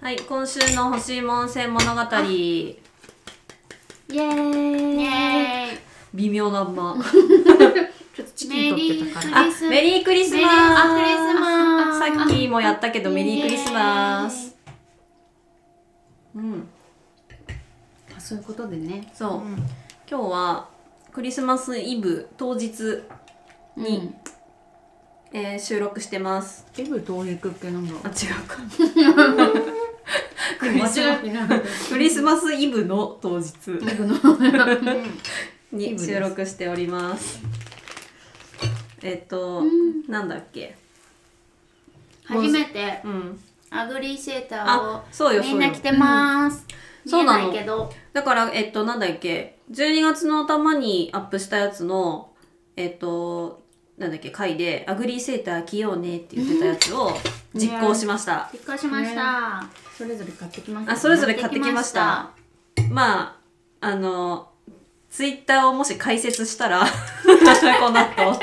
はい、今週の欲しいもん専物語。イエーイイエーイ微妙なま ま。ちょっとチキン取ってたから。メリークリスあ、メリークリスマス。メリークリスマスさっきもやったけど、メリークリスマス。うん、あそういうことでねそう、今日はクリスマスイブ当日、に、えー収録してます。うん、エブ当日ってなんだあ、違うか。 クリスマスクリスマスイブの当日イ にブです収録しております。えっと、なんだっけ。初めてうん。アグリーシェーターあを、そうよ、みそんうよな。着てます。んそうなの見えないけど、だから、えっと、なんだっけ、12月の頭にアップしたやつの、えっと、なんだっけ、回で、アグリーセーター着ようねって言ってたやつを実行しました。実行しました。それぞれ買ってきましたあ、それぞれれ買ってきました。まあ、あの、ツイッターをもし解説したら、 この後、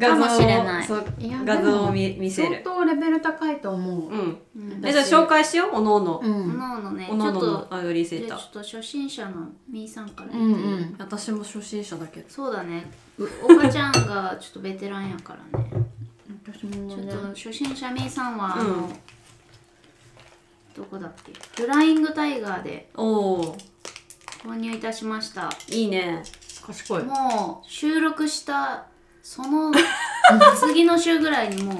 かもしれないそういや画像を見見せ相る。当レベル高いと思うう、ん。うんえ、じゃあ紹介しよう、おのおのおう。んのおのね、ちおのょおっのと、のアグリーセじーゃタあーちょ。っと初心者のみーさんからう言んっていい。私も初心者だけど。そうだね。おかちゃんがちょっとベテランやからね。私もちょっねと初心者みーさんは、あうんの、どこだっけフライングタイガーでおお購入いたしました。いいね。賢いもう収録したそ の次の週ぐらいにもう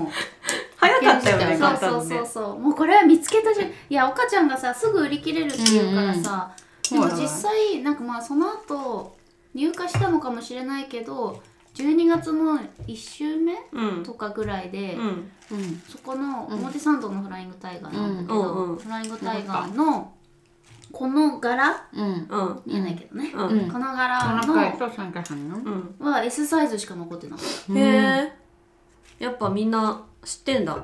早かったよね、そう買ったそのうねそうそうもうこれは見つけたじゃんいや岡ちゃんがさすぐ売り切れるって言うからさ、うんうんでも実際なんかまあその後入荷したのかもしれないけど12月の1週目うん。とかぐらいで、うん。うんそこの表参道のフライングタイガーなんだけど、うんうんフライングタイガーのこの柄うんうん。見えないけどね、うん。うんこの田柄中のと参加さんのうんは S サイズしか残ってなかった。へえ。やっぱみんな知ってんだ。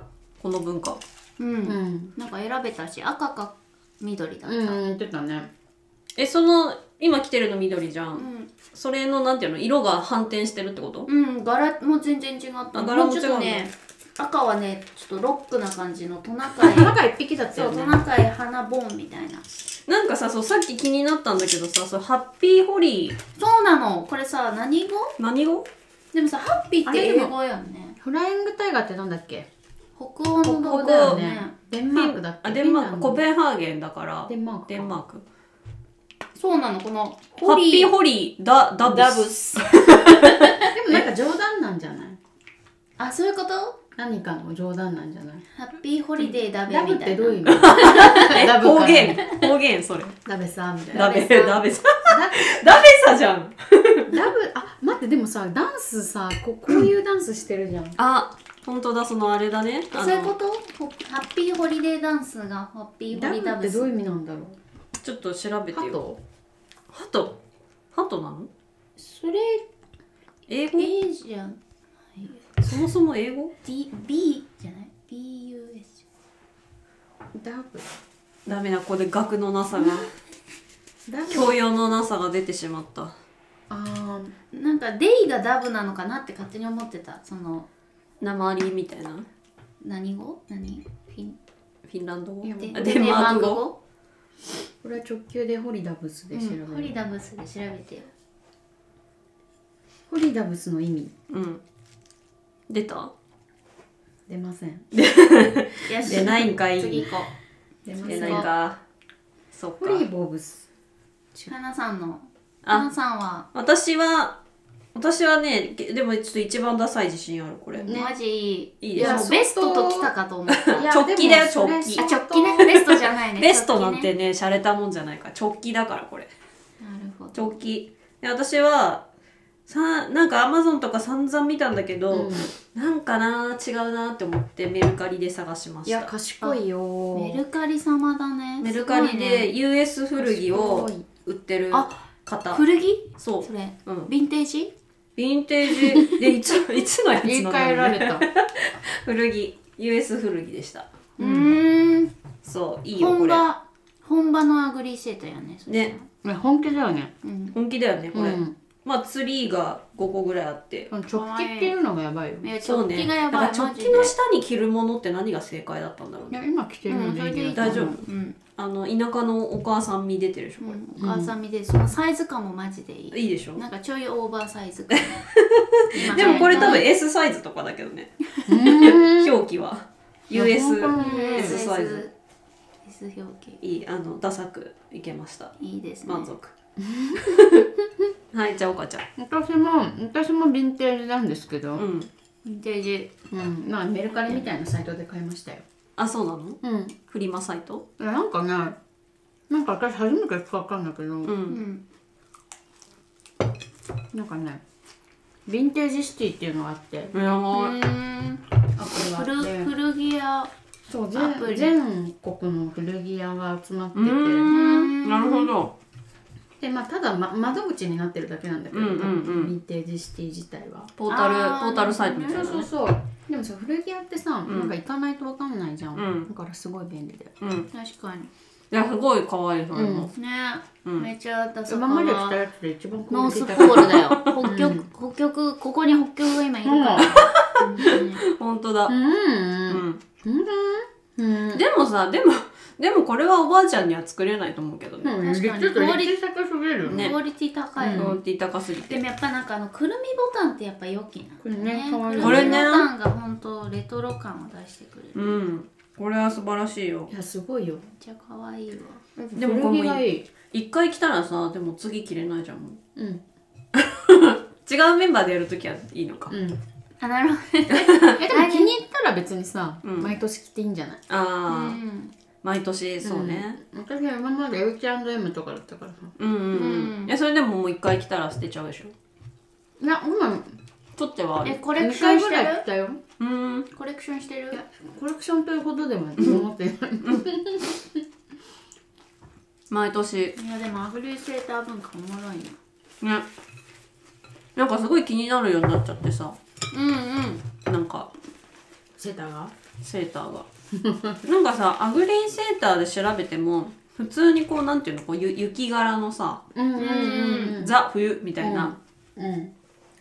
この文化。うんうんなんか選べたし赤か緑だった、うん言ってたねえ、その、今着てるの緑じゃん。んそれの、なんていうの、色が反転してるってことうん柄も全然違ったあ柄もう違うちんだょっとね赤はねちょっとロックな感じのトナ カイ田中一匹だったそようトねナカイ花ボンみたいななんかさ、そう、さっき気になったんだけどさ、そう、ハッピーホリー、そうなのこれさ何語何語でもさハッピーっあてれで英も語やんねフライングタイガーってなんだっけ北欧の北欧語だだよよねねデンマークだっけあ、デンマーフィク。ンコランドペンハーゲンだから、デンマークかデンマーク。そうなのこのハッピーホホリー、ダ、ダリーブダスブ。スでもなんか冗談なんじゃないあそういうこと何かの冗談なんじゃないハッピーホリデーダベダブっみたていなどういう意味えダブか方ら言。方言、それ。ダベさみたいなダダベ、ベダベさ。ダベさじゃん。ダブあ待ってでもさダンスさここういうダンスしてるじゃん、あ、本当だ、そのあれだね。えあのそういうことほハッピーホリデーダンスがハッピーダホリダブっブてスどういう意味なんだろちょっと調べうてハよ。トハト。ハトなのそれ英語 A じゃんそもそも英語 D B じゃない B U S ダブダメだ、ここで額のなさ が、ダブ教養のなさが出てしまった。あなんかデイがダブなのかなって勝手に思ってたその訛りみたいな。フ何語何フィンィンランド語いやデあデンマーク語。ーこれは直球でホリダブスで調べる、ホリダブスで調べてよホリダブスの意味うん。出た出ませんよし出ないんかい次行こ出ませ出んないか。そっホか。リボブスうかなさんのあかなさんは私は、私はね、げでもちょっと一番ダサい自信ある、これ。ねマジいいいですやもうベストときたかと思ったあや直帰だよでも直帰それ直帰ねベストじゃないねベストな直ん帰ねてね、洒落たもんじゃないから。直帰だから、これ。なるほど直帰。で、私は、さなんかアマゾンとか散々見たんだけど、うんなんかな違うなって思ってメルカリで探しまいしやた賢いよメルカリ様だねメルカリすごいでね US 古着を賢い売ってるあ方古着そそれう、うん、ヴィンテージヴィンテージ でいつ いつのやつ言いなの換えられ た古着 US 古着でしたうーんそういいよこ本れ場本場のアグリーシェーターやねそしたらね本気だよねうん本気だよねこれ、うんまあツリーが5個ぐらいあってこの直帰っていうのがやばいよいやそう直ね帰がだやかばいら直マジ帰での下に着るものって何が正解だったんだろういねや今着てるうのんそでれいでいいいんとだ思よう大丈夫うんあの田舎のお母さん見出てるでしょこれ、うんお母さん見てそのサイズ感もマジでいいいいでしょなんかちょいオーバーサイズ感今 でもこれ多流分行 S サイズとかだけどねうーん表記は US いや本当にりの S サイズ S 表記いいあのダサくいけましたいいですね満足はいじゃあおかちゃん私も私もヴィンテージなんですけど、うんうんヴィンテージまあメルカリみたいなサイトで買いましたよ、あそうなのうん、フリマサイトいやなんかねなんか私初めて使ったんだけど、ううんんなんかねヴィンテージシティっていうのがあっていやばいアプリがあ古って古着屋そうアプ全リ全国の古着屋が集まってうてんなるほどで、まあ、ただ、ま、窓口になってるだけなんだけど、うんうんうんヴィンテージシティ自体は。ポータルポあーータルサイトみたいそなうねそうそうでもさ古着屋ってさ、んなんか行かないとわかんないじゃん、うんだからすごい便利だようん確かにいやすごい可愛いそれもねうんめちゃダサか今まで来たやつで一番ノースだポっールだよ北極北極ここに北極が今いるから本当に本当だうんううんんうんでもさでもでもこれはおばあちゃんには作れないと思うけどねうん確かにちょっと力作すぎるよねねクオリティ高いクのオリティ高すぎでてもやっぱなんかあのくるみボタンってやっぱ良きなんだねこれね可愛いくるみボタンが本当レトロ感を出してくれうる、めっんこれは素晴らしいよいやすごいよちゃ可愛いわでも古着がいい一回来たらさでも次着れないじゃんもううん違うメンバーでやるときはいいのか、うんあなるほえでも気に入ったら別にさ、うん毎年着ていいんじゃないど、うああ、ん、毎年そうね、うん私は今まで H&M とかだったからさうん、うんうんうんえそれでももう一回来たら捨てちゃうでしょいや今取ってはあえるコレク2ション回しぐてらいる着たようんコレクションしてるいやコレクションというほどでも思ってない毎年いやでもアフリセーター文化おもろいなねなんかすごい気になるようになっちゃってさうんうんなんかセーターがセーターが なんかさアグリーセーターで調べても普通にこうなんていうのこうゆ雪柄のさ、うんうんうんザ冬みたいなうん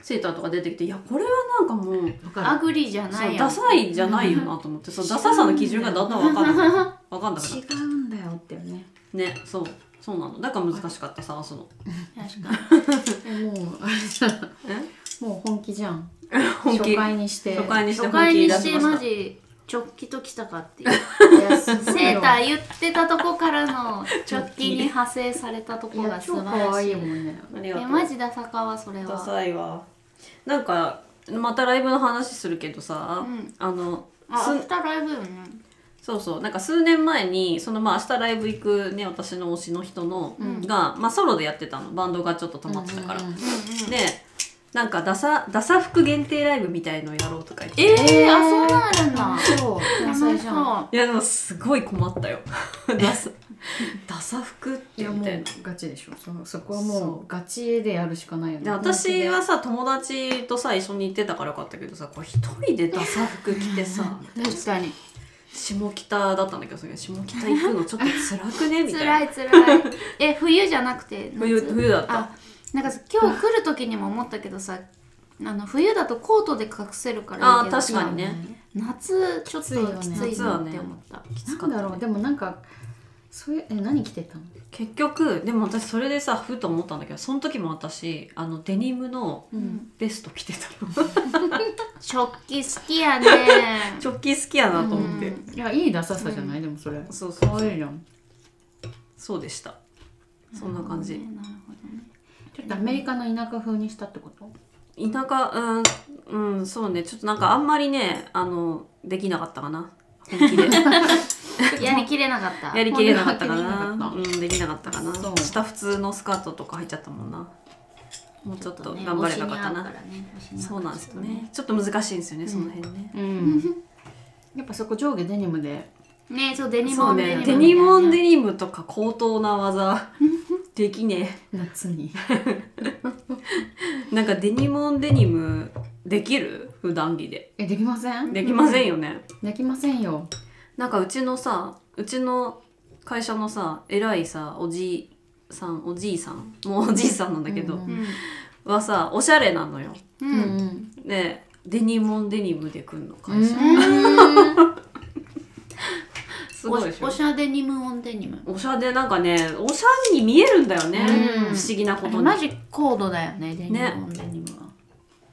セーターとか出てきていやこれはなんかもうわアかグリじゃそなういやダんサいじゃないよなと思ってそうダサさの基準がだんだん分かんなく なる分かんなくなるる違うんだよってねねそうそうなのだから難しかった探すの確かにもうあれじゃん もう本気じゃん本気初回にして初回にして本初回気に出ししてまマしジ直帰ときたかっていういやすごいセよーター言ってたとこからの直帰に派生されたとこいがや素超晴可らし愛いいもんねたありいがとやうマジダサかはそれダはサいわなんかまたライブの話するけどさ、うんあのあすアフターライブよねそうそうなんか数年前にそのまあ明日ライブ行くね私の推しの人の、うんが、まあ、ソロでやってたのバンドがちょっと止まってたから、うんうんうんでなんかダサダサ服限定ライブみたいのやろうとか言ってえー、えーあそうなんあるんだ超楽天しそう才じゃんいやでもすごい困ったよダサダサ服っていやみもたいうなガチでしょそそこはそもうガチでやるしかないよでね私はさ友達とさ一緒に行ってたからよかったけどさこれ一人でダサ服着てさ確かに下北だったんだけどそれ下北行くのちょっと辛く ねみたい辛ない 辛いえ冬じゃなくて夏冬冬だったあなんかさ今日来る時にも思ったけどさあの冬だとコートで隠せるからあーいいけど確かにね夏ちょっときつきいついなよっねて思った、きつなかっんだたろうねでもなんかそういうえ何着てたの結局でも私それでさふと思ったんだけどその時も私あのデニムのううんん、ベスト着てたの 食器好きやね直帰好きやなと思って、うんいやいいダサさじゃないでもそれそうそ可う愛いじゃんそうでしたそんな感じなるほどねちょっとアメリカの田舎風にしたってこと田舎うん、うん、そうねちょっとなんかあんまりねあのできなかったかな本気で なるほどねやりきれなかったやりきれなかったかなこうんできなかったかなそう下普通のスカートとか入っちゃったもんなもうちょっと頑張れなかったな、そうなんですよねちょっと難しいんですよね、その辺ねうんやっぱそこ上下デニムでねそうデニそモうンねデデニニモモンンみたいデニムとか高等な技できね夏 にえなんかデニモンデニムできる普段着でえできませんできませんよね、できませんよなんかうちのさうちの会社のさ偉いさおじいさんおじいさんもうおじいさんなんだけど、うんうんなうんはさおしゃれなのよううんんねデニムオンデニムで来んの会社、うんすごいでしょおしゃデニムオンデニムおしゃでなんかねおしゃれに見えるんだよね、うん不思議なあこれとにマジ高度だよねデニムねオンデニムは、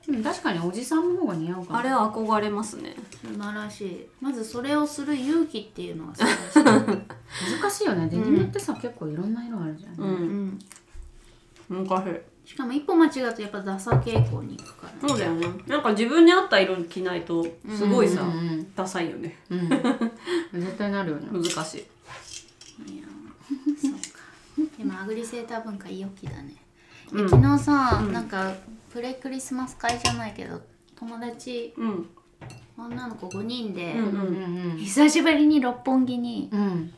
でも確かにおじさんの方が似合うかもあれは憧れますね素晴らしいまずそれをする勇気っていうのが素晴らしい、難しいよねデニムってさ、結構いろんな色あるじゃん、う うんん、難しいしかも一歩間違うとやっぱダサ傾向に行くからそうだよねなんか自分に合った色着ないとすごいさ、うんダサいよねうん、うん、絶対なるよね難しいいやーそうかでもアグリセーター文化いいよきだね、えうん昨日さ、うんなんかプレクリスマス会じゃないけど友達うん女の子5人で、うんうんうん久しぶりに六本木にうん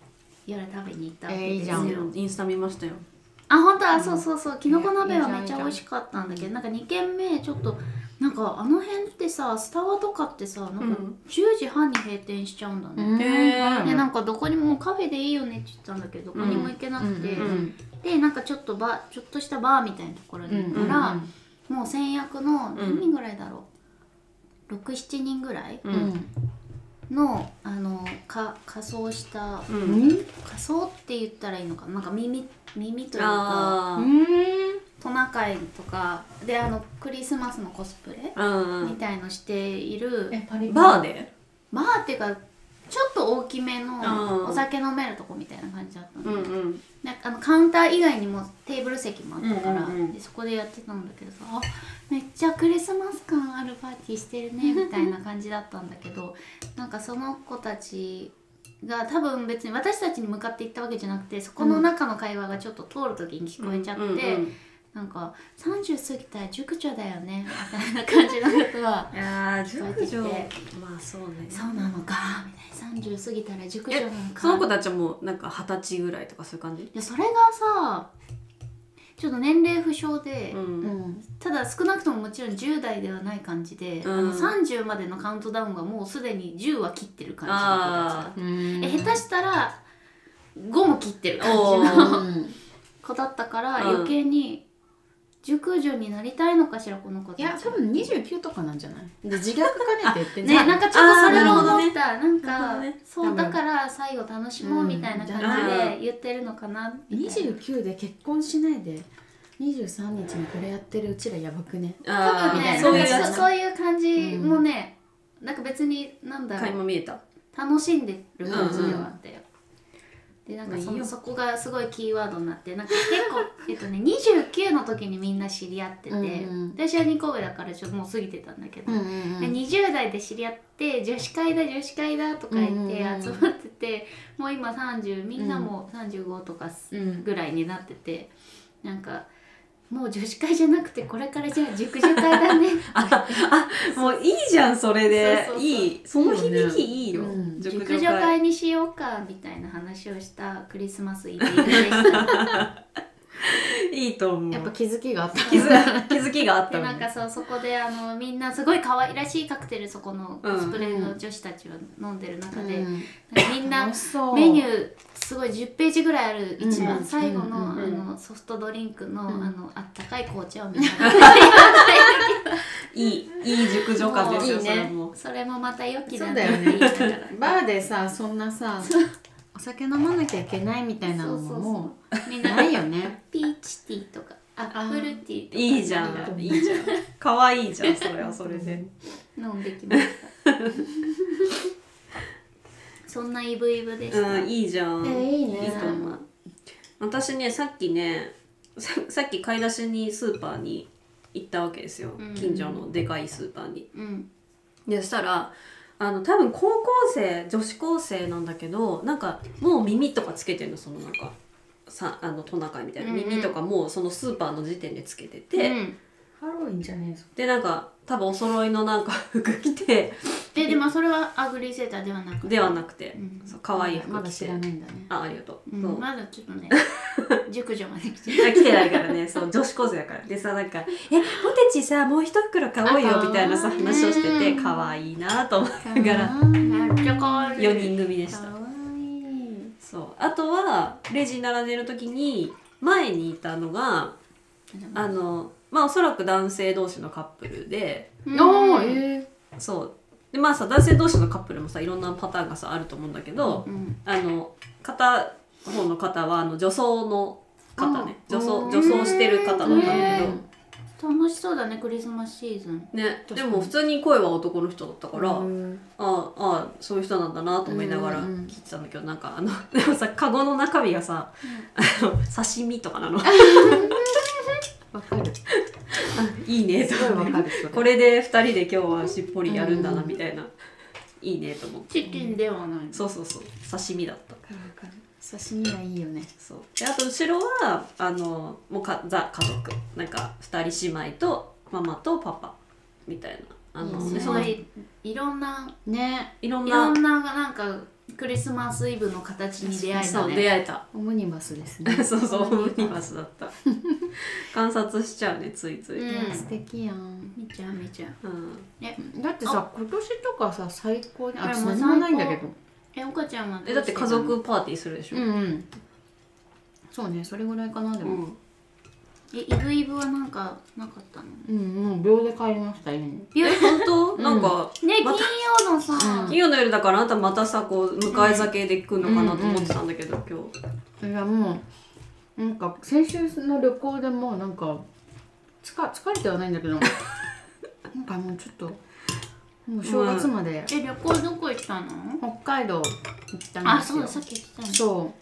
夜食べに行ったえーいいじうゃんんインスタ見ましたよあ本当あそうそうそうきのこ鍋はめっいいちじゃゃん美味しかったんだけどなんか2軒目ちょっとなんかあの辺ってさスタバとかってさなんかうん10時半に閉店しちゃうんだね、うんえーでなんかどこにもカフェでいいよねって言ってたんだけどどこにも行けなくて、うんうんでなんかちょっとバーちょっとしたバーみたいなところに行ったら、もう先約の何人ぐらいだろう、67人ぐらいうんううんんのあのか仮装したううんん仮装って言ったらいいのかななんか耳耳というかあうトナカイとかであのクリスマスのコスプレあうんうみんたいのしているえパリバーでバーっていうかちょっと大きめあーのお酒飲めるとこみたいな感じだったのうんうんなんかあのカウンター以外にもテーブル席もあったから、うんうんうんでそこでやってたんだけどさあめっちゃクリスマス感あるパーティーして るねみたいな感じだったんだけどなんかその子たちが多分別に私たちに向かっていったわけじゃなくてそこの中の会話がちょっと通る時に聞こえちゃって、うんうんなんか「30過ぎたら熟女だよね」みたいな感じのことは いやー熟女まあそう「ねそうなのか」みたいな「30過ぎたら熟女なのか」その子たちはもうなんか二十歳ぐらいとかそういう感じいやそれがさちょっと年齢不詳で、うんんただ少なくとももちろん10代ではない感じで、うんあの30までのカウントダウンがもうすでに10は切ってる感あじの子たちだえ下手したら5も切ってる感じおのーうん子だったからうん余計に熟女になりたいのかしらこの子たちいや多分29とかなんじゃないで自虐兼ねて言ってんねじゃんなんかちょっとそれをあーなるほど思ねった、なんなるほかどねそうだから最後楽しもうみたいな感じで言ってるのかなみたいな29で結婚しないで23日にこれやってるうちらやばくねあ多分ねーそそうういいううそやうつそういう感じもね、なんか別になんだろ垣う間見えた楽しんでる感じではあったよ、でなんかそまあいいのよそこがすごいキーワードになってなんか結構 えっとね29の時にみんな知り合ってて、うんうん私は2個上だからちょっともう過ぎてたんだけど、んで20代で知り合って女子会だ女子会だとか言ってうんうんうん集まってて、もう今30みんなもう35とかすうんぐらいになってて、なんかもう女子会じゃなくてこれからじゃあ熟女会だ ねもういいじゃんそれでそうそうそういいその響きいいようん熟熟女女会会にしようかみたいな話をしたクリスマスイブイブでした。 いいと思うやっぱ気づきがあった気づ気づきがあったでのなんねかそうそこであのみんなすごい可愛らしいカクテルそこのコスプレの女子たちは飲んでる中で、なんかみんな楽しそうメニューすごい10ページぐらいある一う番ん最後の,、うんうんあのソフトドリンクの,、うんあのあったかい紅茶をみたいないいいい熟女感ですよもそういいねれもそれもまた良きそなうんだよって言いながねバーでさそんなさお酒飲まなきゃいけないみたいら なそのうそうもそもうみんうなないよねピーチティーとかアあーップルティーとかいいじゃなんんいいじゃん可愛いじゃんそれはそれで飲んできましたそんなイブイブでした、うんいいじゃんいいいいと思う私ねさっきねささっき買い出しにスーパーに行ったわけですよ、うん近所のでかいスーパーに。うんでそしたらあの多分高校生女子高生なんだけどなんかもう耳とかつけてるのそのなんかさあのトナカイみたいな、うんうん耳とかもうそのスーパーの時点でつけてて、うんハロウィンじゃねえぞでなんか多分お揃いのなんか服着てででもそれはアグリセーターではなくではなくて、うんそう可愛い服まだ着知て、らないんだねあありがとう、うんそうまだちょっとね熟女まで来て来てないからねそう女子高生だからでさなんか「 えポテチさもう一袋買おうあよ」みたいなさ可愛い話をしてて可愛いなと思いながらめっちゃ可愛い4人組でしかたわいいそうあとはレジに並んでる時に前にいたのがあのまあおそらく男性同士のカップルでうんああええそうでまあさ男性同士のカップルもさいろんなパターンがさあると思うんだけど、うんあの片方の方はあの女装の方ね女あう装ん女装してる方だったんだけどね楽しそうだねクリスマスシーズンね確かでにも普通に声は男の人だったから、うんああああそういう人なんだなと思いながらうんうん聞いてたんだけど、なんかあの でもさカゴの中身がさ、あの刺身とか なのわかるいいねとすごい思ってわかるそれこれで2人で今日はしっぽりやるんだなみたいな、いいねと思ってチキンではないそうそうそう刺身だったわかる刺身がいいよねそうであと後ろはあのもうかザ家族なんか2人姉妹とママとパパみたいなあのいいですねですそごのいいろんなねいろんいなろんななんかクリスマスイブの形に出会えたそうね出会えた オムニバスですね そうそうオオムムニニババスだった観察しちゃうねついつい、うんうん素敵やんめちゃめちゃだってさ今年とかさ最高にああれ私もう何もないんだけ最どえ岡ちゃんはどうしてえただのって家族パーティーするでしょ、うんうんそうねそれぐらいかなでうもんえイブイブはなんかなかったのねうん、もう秒で帰りました家にえ本当、うんなんか金また曜のさ、うん金曜の夜だからあなたまたさこう迎え酒で来るのかなと思ってたんだけど、今日いやもうなんか先週の旅行でもうなんかつか疲れてはないんだけ どなんかもうちょっともう正月までえ旅行どこ行ったの北海道行ったんあですそうよださっき言ってたのそ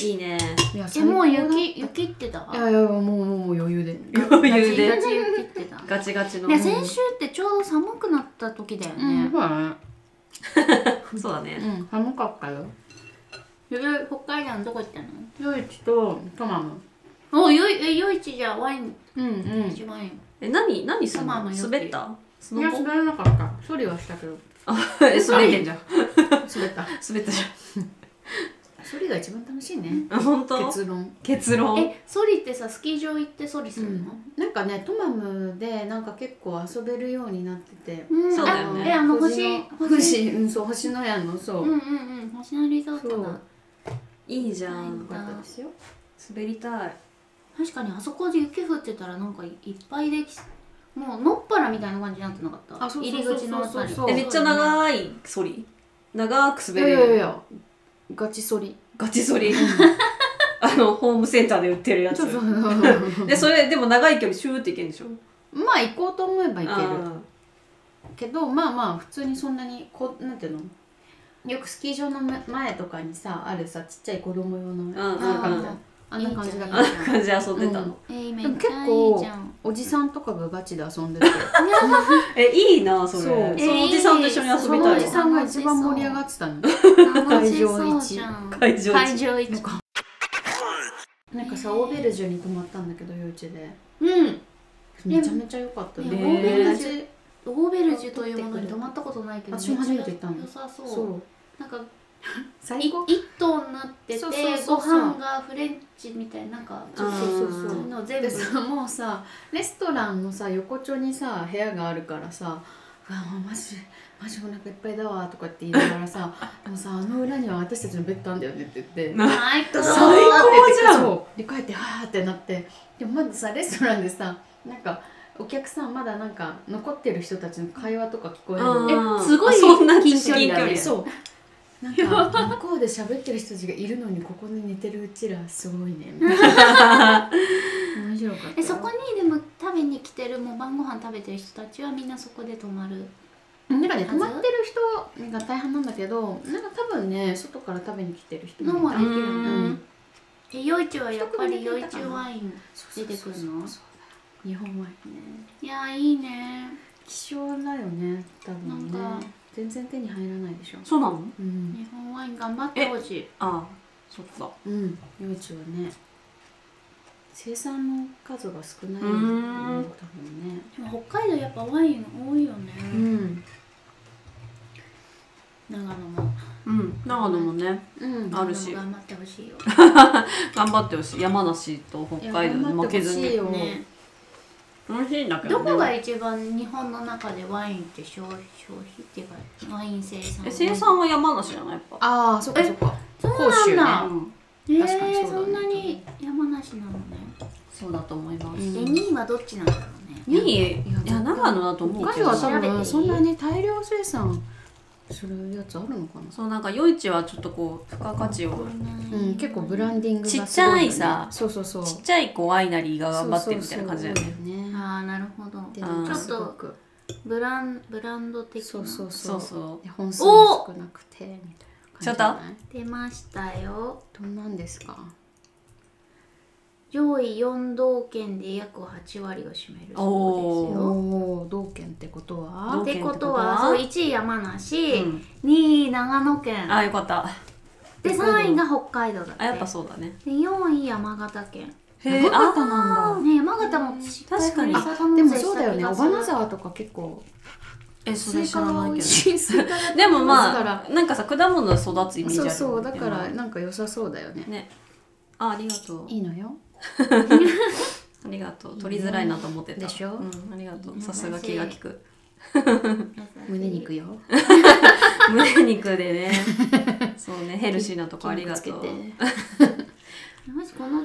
いいねういやえもう最高だ雪雪ってたいやいやもうもうもう余裕で余裕ガでチガチ雪ってたガチガチの、ね先週ってちょうど寒くなった時だようんね、そうだねそうだうねん寒かったよ夜北海道のどこ行ったの夜市とトマムおよいえ夜市じゃあワインうんうん一番いいよえ何何すんのママの予定滑ったスいノやボ滑らなかった処理はしたけどえ滑ってんじゃん滑った滑ったじ処理が一番楽しいねゃんあ本当結論結論えソリってさスキー場行ってソリするの、なんかねトマムでなんか結構遊べるようになっててうんそうだよねあえあの星星星星うんそう星のやのそうう、んうんうん星野リゾーそトうだいいじゃよんかったですよ滑りたい確かにあそこで雪降ってたらなんかいっぱいできもうのっぱらみたいな感じになってなかったあそうそう入り口のあたりそうそうそうえめっちゃい長いソリ長くい滑やいれやいるやガチソリガチソ リあのホームセンターで売ってるやつそうそうまでそれでも長い距離シューっていけるんでしょあ行こうと思えば行けるあけどまあまあ普通にそんなにこなんていうのよくスキー場の前前とかにさあるさちっちゃい子供用のんなんかみたいあなあんな感じだいーいかあんらな感じで遊んでたの、うんえー、めでもっ結ちゃいい構じゃんおじさんとかがガチで遊んで てえいいなそれそそうのおじさんと一緒に遊そびのおたじいさわんが一番盛り上がってたの楽しそうじゃん会場会一場一か なんかさオーベルジュに泊まったんだけど夜市でうんめちゃめちゃ良かったねねねオーベルジュオーベルジュというものに泊まったことないけど私も初めて行ったのめちゃ良さそそううなんかい最一高頭になっててそうそうそうそうご飯がフレンチみたいななんかちょっとあそうそうそうそいううの全部でさもうさレストランのさ横丁にさ部屋があるからさ「うわもうマジマジお腹いっぱいだわ」とかって言いながらさ「もうさあの裏には私たちのベッドあんだよね」って言って。最高最高じゃんそうで帰ってはーってなってでもまださレストランでさなんかお客さんまだなんか残ってる人たちの会話とか聞こえるのうんえすごいそんな近距離だね近そうなんか向こうで喋ってる人たちがいるのにここで寝てるうちらすごいねみた いな面白かったよえそこにでも食べに来てるもう晩ご飯食べてる人たちはみんなそこで泊まるなんかね泊まってる人が大半なんだけどなんか多分ね外から食べに来てる人のももいでるきうるのんえ夜市はやっぱり夜市ワインねそうそうそう出てくるのそうだよ日本ワインいやいいね希少だよね多分ねなんか全然手に入らないでしょそうなのうん、日本ワイン頑張ってほしいああそっかうん、夜市はね生産の数が少ないようーんね多分ねでも北海道やっぱワイン多いよね、うん長野もうん長野もねうんあるし長野も頑張ってほしいよ頑張ってほしい山梨と北海道に負けずいにや頑張ってほしいよ、ね楽しいんだけどどねこが一番日本の中でワインって消費消費っていうかワイン生産え生産は山梨じゃないやっぱああそっかそっかそうなんだ、うんえー、確かにそうだねそんなに山梨なのね、そうだと思います、うんで2位はどっちなんだろうね2位いいやや長野だと思う他けにはど多調べてい分いそんなに大量生産するやつあるのかなそうなんか夜市はちょっとこう付加価値をうん、結構ブランディングがすごい、ね、ちっちゃいさそうそうそうちっちゃいこうワイナリーが頑張ってるみたいな感じだよねそうそうそうねああなるほどであなんーかちょっすごとくブランブランド的なそうそうそそううそうで本数も少なくてみたいな感じじゃない出ましたよどんなんですか上位4道県で約8割を占めるおそうおー道県ってことはですよってこと道県ってことははそう1位山梨、うん2位長野県あーよかったで3位が北海道だってあやっぱそうだねで4位山形県へえあ山な形なんだね山形も確かにあでもそうだよね小花沢とか結構えそスれイ知カらがない美け味どしいスイカがでもだかまらあなんかさ果物育つイメージあそるうよそうだからねなんか良さそうだよねねあありがとういいのよありがとう取りづらいなと思ってたでしょうんありがといいうねさすが気が利く 胸肉よ胸肉で ねそうねヘルシーなとこありがと気をうつけてマジこの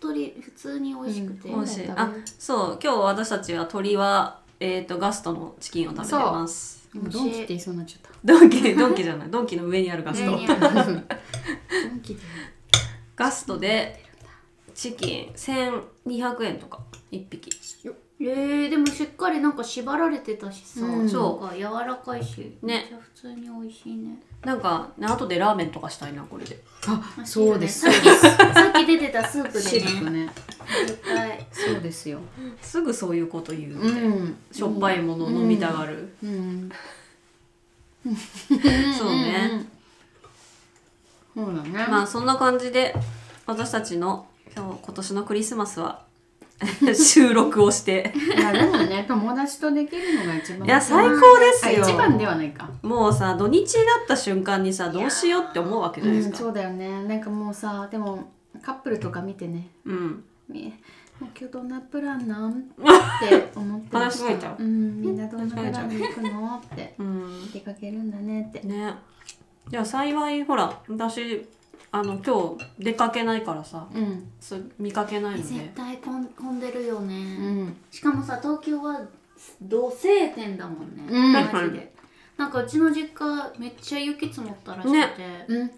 鳥普通に美味しくて、美味しい今度あ食べるそう今日私たちは鶏はえっとガストのチキンを食べてますでもドンキって言いそうになっちゃっドンキドンキじゃないドンキの上にあるガス上トにあるたドンキでガストでチキン1200円とか1匹えー、でもしっかりなんか縛られてたしさ、うんそうか柔らかいしねめっちゃ普通に美味しいねなんかね後でラーメンとかしたいなこれでああそうです汁ねさっきさっき出てたスープシルでクねね絶対そうですよすぐそういうこと言うみたいな、うんしょっぱいもの飲みたがる、うんそうね、そうだねまあそんな感じで私たちの今日今年のクリスマスは 収録をしていやでもね友達とできるのが一番いや最高ですよあ一番ではないかもうさ土日だった瞬間にさどうしようって思うわけじゃないですそかうだよねなんかもうさでもカップルとか見てねうんみ今日どんなプランなんって思ってま話ししかけちたゃううんみんなどんなプランに行くのってうん出かけるんだねってねいや幸いほら私あの今日出かけないからさうんそう見かけないの絶で対混ん混んでるようね、んしかもさ東京は土晴天だもんね、うんマジでなんかうちの実家めっちゃ雪積もったらしくて、うん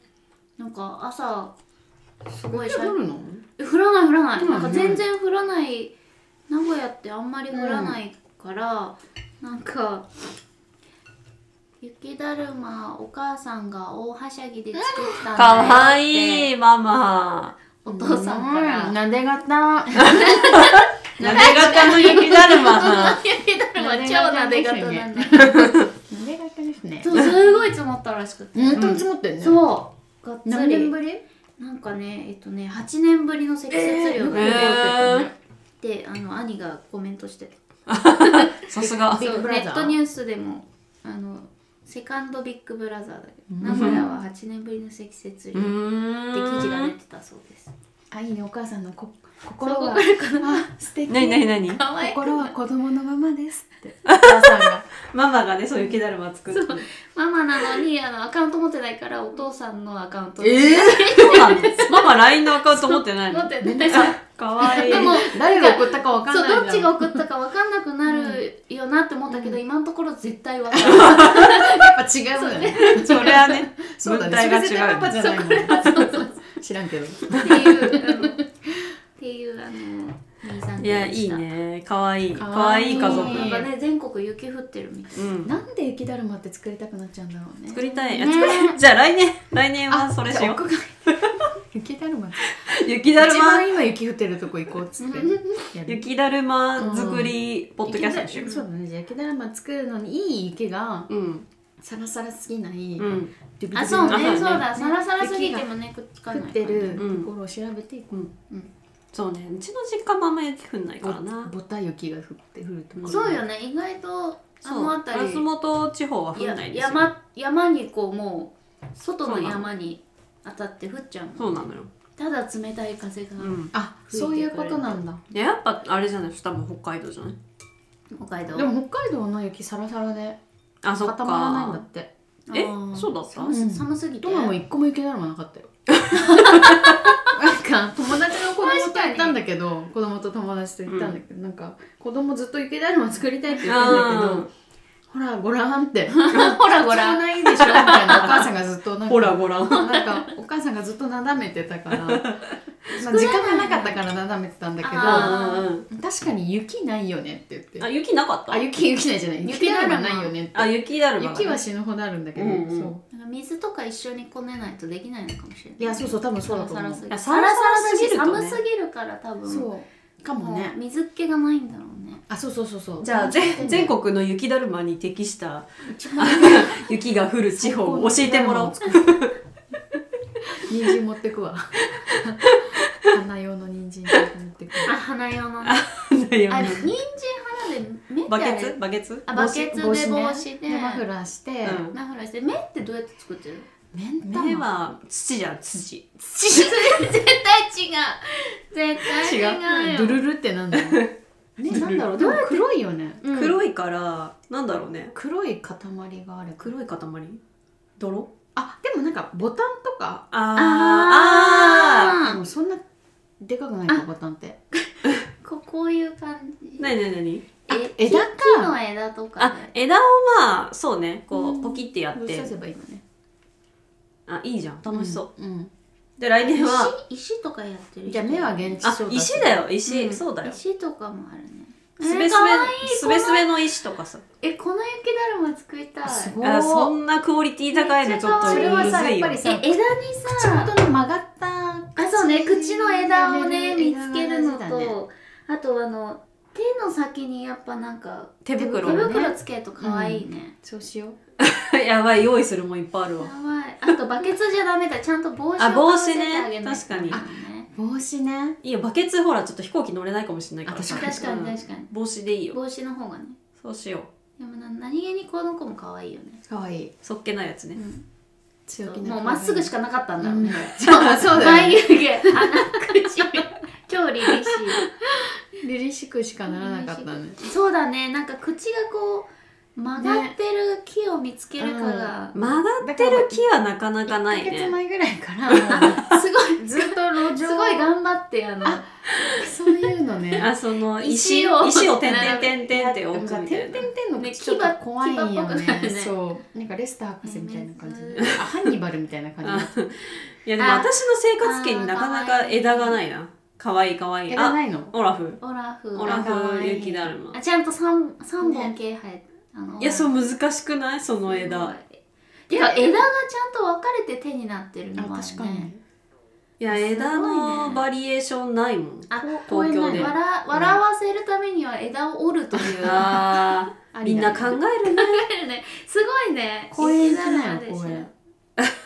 なんか朝すごいどうなのえ降らない降らない、うんなんか全然降らない名古屋ってあんまり降らないから、なんか雪だるまお母さんが大はしゃぎで作ったんだかわいいいママお父さんから、うんななで 型なで型の雪だるまさん雪だるま超なで方なんだなで型ですねそうすごい積もったらしくて、本当に積もってるねそうがっつ何年りぶりなんかねえっとね8年ぶりの積雪量よくが、出てたねであの兄がコメントしてたさすがビッグブそうラネザーットニュースでもあのセカンドビッグブラザーだけど名古屋は8年ぶりの積雪う量って記事がー出んてたそうですあいいねお母さんのこ心がそあ素敵なになになにか心は子供のままですってお母さんがママがねそう雪だるま作ってママなのにあのアカウント持ってないからお父さんのアカウントええそうなのママ LINE のアカウント持ってない持っのてないそうかわいいでも誰が送ったかわかんないじそゃうんどっちが送ったか分かんなくなるよなって思ったけど、今のところ絶対分かるやっぱ違うよねそれはねそうだ物ね体が違それ絶対うパパじゃないもんそうそう知らんけっどていうあのっていうあの兄さんいやいいねかわいいかかわわいいいい家族なんかね全国雪降ってるみたいうんなんで雪だるまって作りたくなっちゃうんだろうね作りたい、ね作りじゃあ来年来年はそれしようう雪だるま雪だる一ま番今雪降ってるとこ行こうっつってやる雪だるま作りポッドキャストにしよ雪だそうだねじゃあ雪だるま作るのにいい雪がううんサラサラすぎない、うんドゥビドゥビドゥビあそうあそうねねそうだサラサラすぎてもねくっつかない食かっらてるねとうんころを調べていこうう、んうんそうねうちの実家もあんま雪降んないからなぼぼた雪が降って降るところそうよね意外とあそうの辺松本地方は降んないりですよや山山にこうもう外の山に当たって降っちゃうそうなのよただ冷たい風がうんあそういうことなんだでやっぱあれじゃない多分北海道じゃない北海道でも北海道の雪サラサラであそっか固まらないんだってえあーそうだった寒す寒すぎて トマも一個も雪だるまなかったよなんか友達の供と行ったんだけど子供と友達と行ったんだけど、なんか子供ずっと池だるま作りたいって言ったんだけうどほらごらんって ほらご使らわん。ないでしょみたいなお母さんがずっとなんかほらごらんなんかお母さんがずっとなだめてた から、まあ、時間がなかったからなだめてたんだけあどあ確かに雪ないよねって言ってあ雪なかったあ雪雪ないじゃない雪雪だだるるままないよねってあ雪だるまがね雪は死ぬほどあるんだけど、うんうんそうなんか水とか一緒にこねないとできないのかもしれない。いやそうそう多分そうだとサラサラ思すうぎる。サラサラすぎるとね寒すぎるから多分。そうかもねう水っ気がないんだろう ね。あそうそうそうそうじゃあ全全国の雪だるまに適した雪が降る地方を教えてもらおう 人参持ってくわ 花用の人参持ってくあわ花用のね。だよあのね人参花で目 ってバあケれツバケツあバケツで帽子でねでマフラーして、うんマフラーして目ってどうやって作ってるの？面目は土じゃん土土絶対違う。絶対違うよ。ドゥルルってなんだろうねなんだろうでも黒いよねうん黒いからなんだろうね黒い塊がある黒い塊泥あでもなんかボタンとかあーあであもそんなでかくないかボタンってーここういう感じ。ーなになになにえ枝木かの枝とかあで。枝をまあそうねこうんうポキってやっぶっ刺てせばいいのね、あいいじゃん楽しそううんうで来年は石石とかやってる人じゃあ目は現地あ調達石だよ石うんそうだよ石とかもあるねすべすえー可愛いべすべすべの石とかさえこの雪だるま作りたいすごいあそんなクオリティ高いのちょっとめっむずちゃ可愛いいよそれはさやっぱりえ枝に口さ元の曲がったあそうね口の枝をね見つけるの枝が大事だねとあとあの手の先にやっぱなんか手手袋をね袋つけると可愛いね、そうしようやばい用意するもんいっぱいあるやわばいあとバケツじゃダメだちゃんと帽子をあかぶ帽せ子てねあげないと確かにダメ帽子ねいいよバケツほらちょっと飛行機乗れないかもしれないからあ確だね確かうんに確かに帽子でいいよ帽子の方がねそうしようでもな何気にこの子も可愛いよねかわいいそっけないやつね強気なもうまっすぐしかなかったんだろうね、そうそうだよ、ね、眉毛、鼻、口、今日凛々し凛々しくしかならなかったねい。そうだね、なんか口がこう曲がってる木を見つけるかが、曲がってる木はなかなかない1ヶ月ね前ぐら いからもすごい、う ずっと路上すごい頑張ってあの、そういうのねあその石石をを石を点々点々って置くみたいな点々点々のね口ちょっと怖いよ牙っぽくねなるねそうなんかレスター博士みたいな感じでうんあハンニバルみたいな感じになっちゃういやでもあ私の生活圏になかなか枝がないな可愛い可愛いえらあないのオラフオラフ、オラ可フ愛い雪だるまあちゃんと三三本毛生え、あのいやそう難しくないそすごのい枝てか枝がちゃんと分かれて手になってるあのもあるね。確かにいや枝すごいのねバリエーションないもんあ、公園内公園内わら笑わせるためには枝を折るという。ああーりみんだなね考えるね ねすごいね。公園じゃないのでしょ公園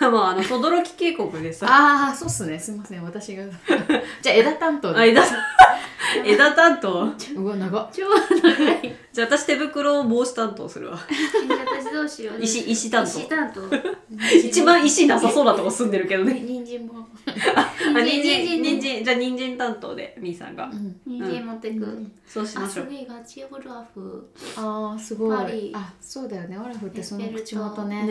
まああの轟渓谷でさああそうっすねすいません私がじゃあ枝担当 あで枝枝担当うわ長っ超長い。じゃあ私手袋を帽子担当するわ私どうしよ う。石石担当石担当。一番石なさそうなとこ住んでるけどね人参もあ人人参参人参じゃあ人参担当でみーさんがうん人参持ってく。そうしあましょすうごいガチオラフ。ああすごパリいあそうだよねオラフってその口元ね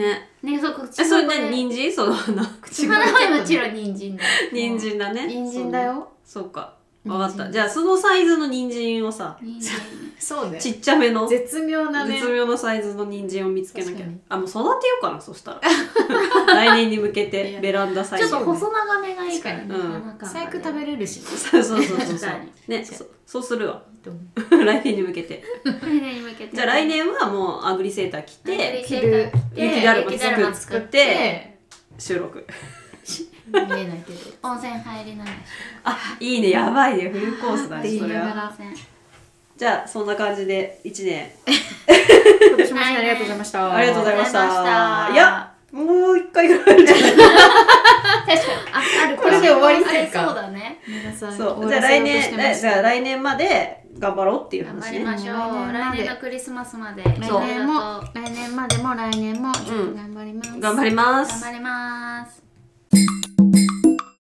ねねそうこっえちそれこねれ人参そのあの口花はもちろん人参だ。人参だね人参だよそうか分かっ人参たじゃあそのサイズの人参をさ人参。そうねちっちゃめの絶絶妙なね妙なサイズの人参を見つけなき確ゃかにあもう育てようかなそしたら 来年に向けいてやベランダサイちょズっと細長めがいいからね。確かにうん花感がね細工食べれるしそうそうそうそう確そうかにねそそうするわ どう来年に向けて来年に向けて。じゃあ来年はもうアグリセーター着て着る雪だるま作作っ作ってて収録見えないけど温泉入りながら。あいいねやばいねフルコースだってね言そいれながはら温泉じゃあそんな感じで1年今年も一年ありがとうございましたありがとうございましたありがとうございましたいやもう一回ぐらいあるんじゃない確かに。あ、あるかこれで終わりあれせっかそうだね。皆さんそう終じゃわあら来せようとして年ま来しじたゃあ来年まで頑張ろうっていう頑話張りねましょう。うん来年のクリスマスまで。来そう年も来年までも来年もちょっと頑張ります頑張ります頑張ります。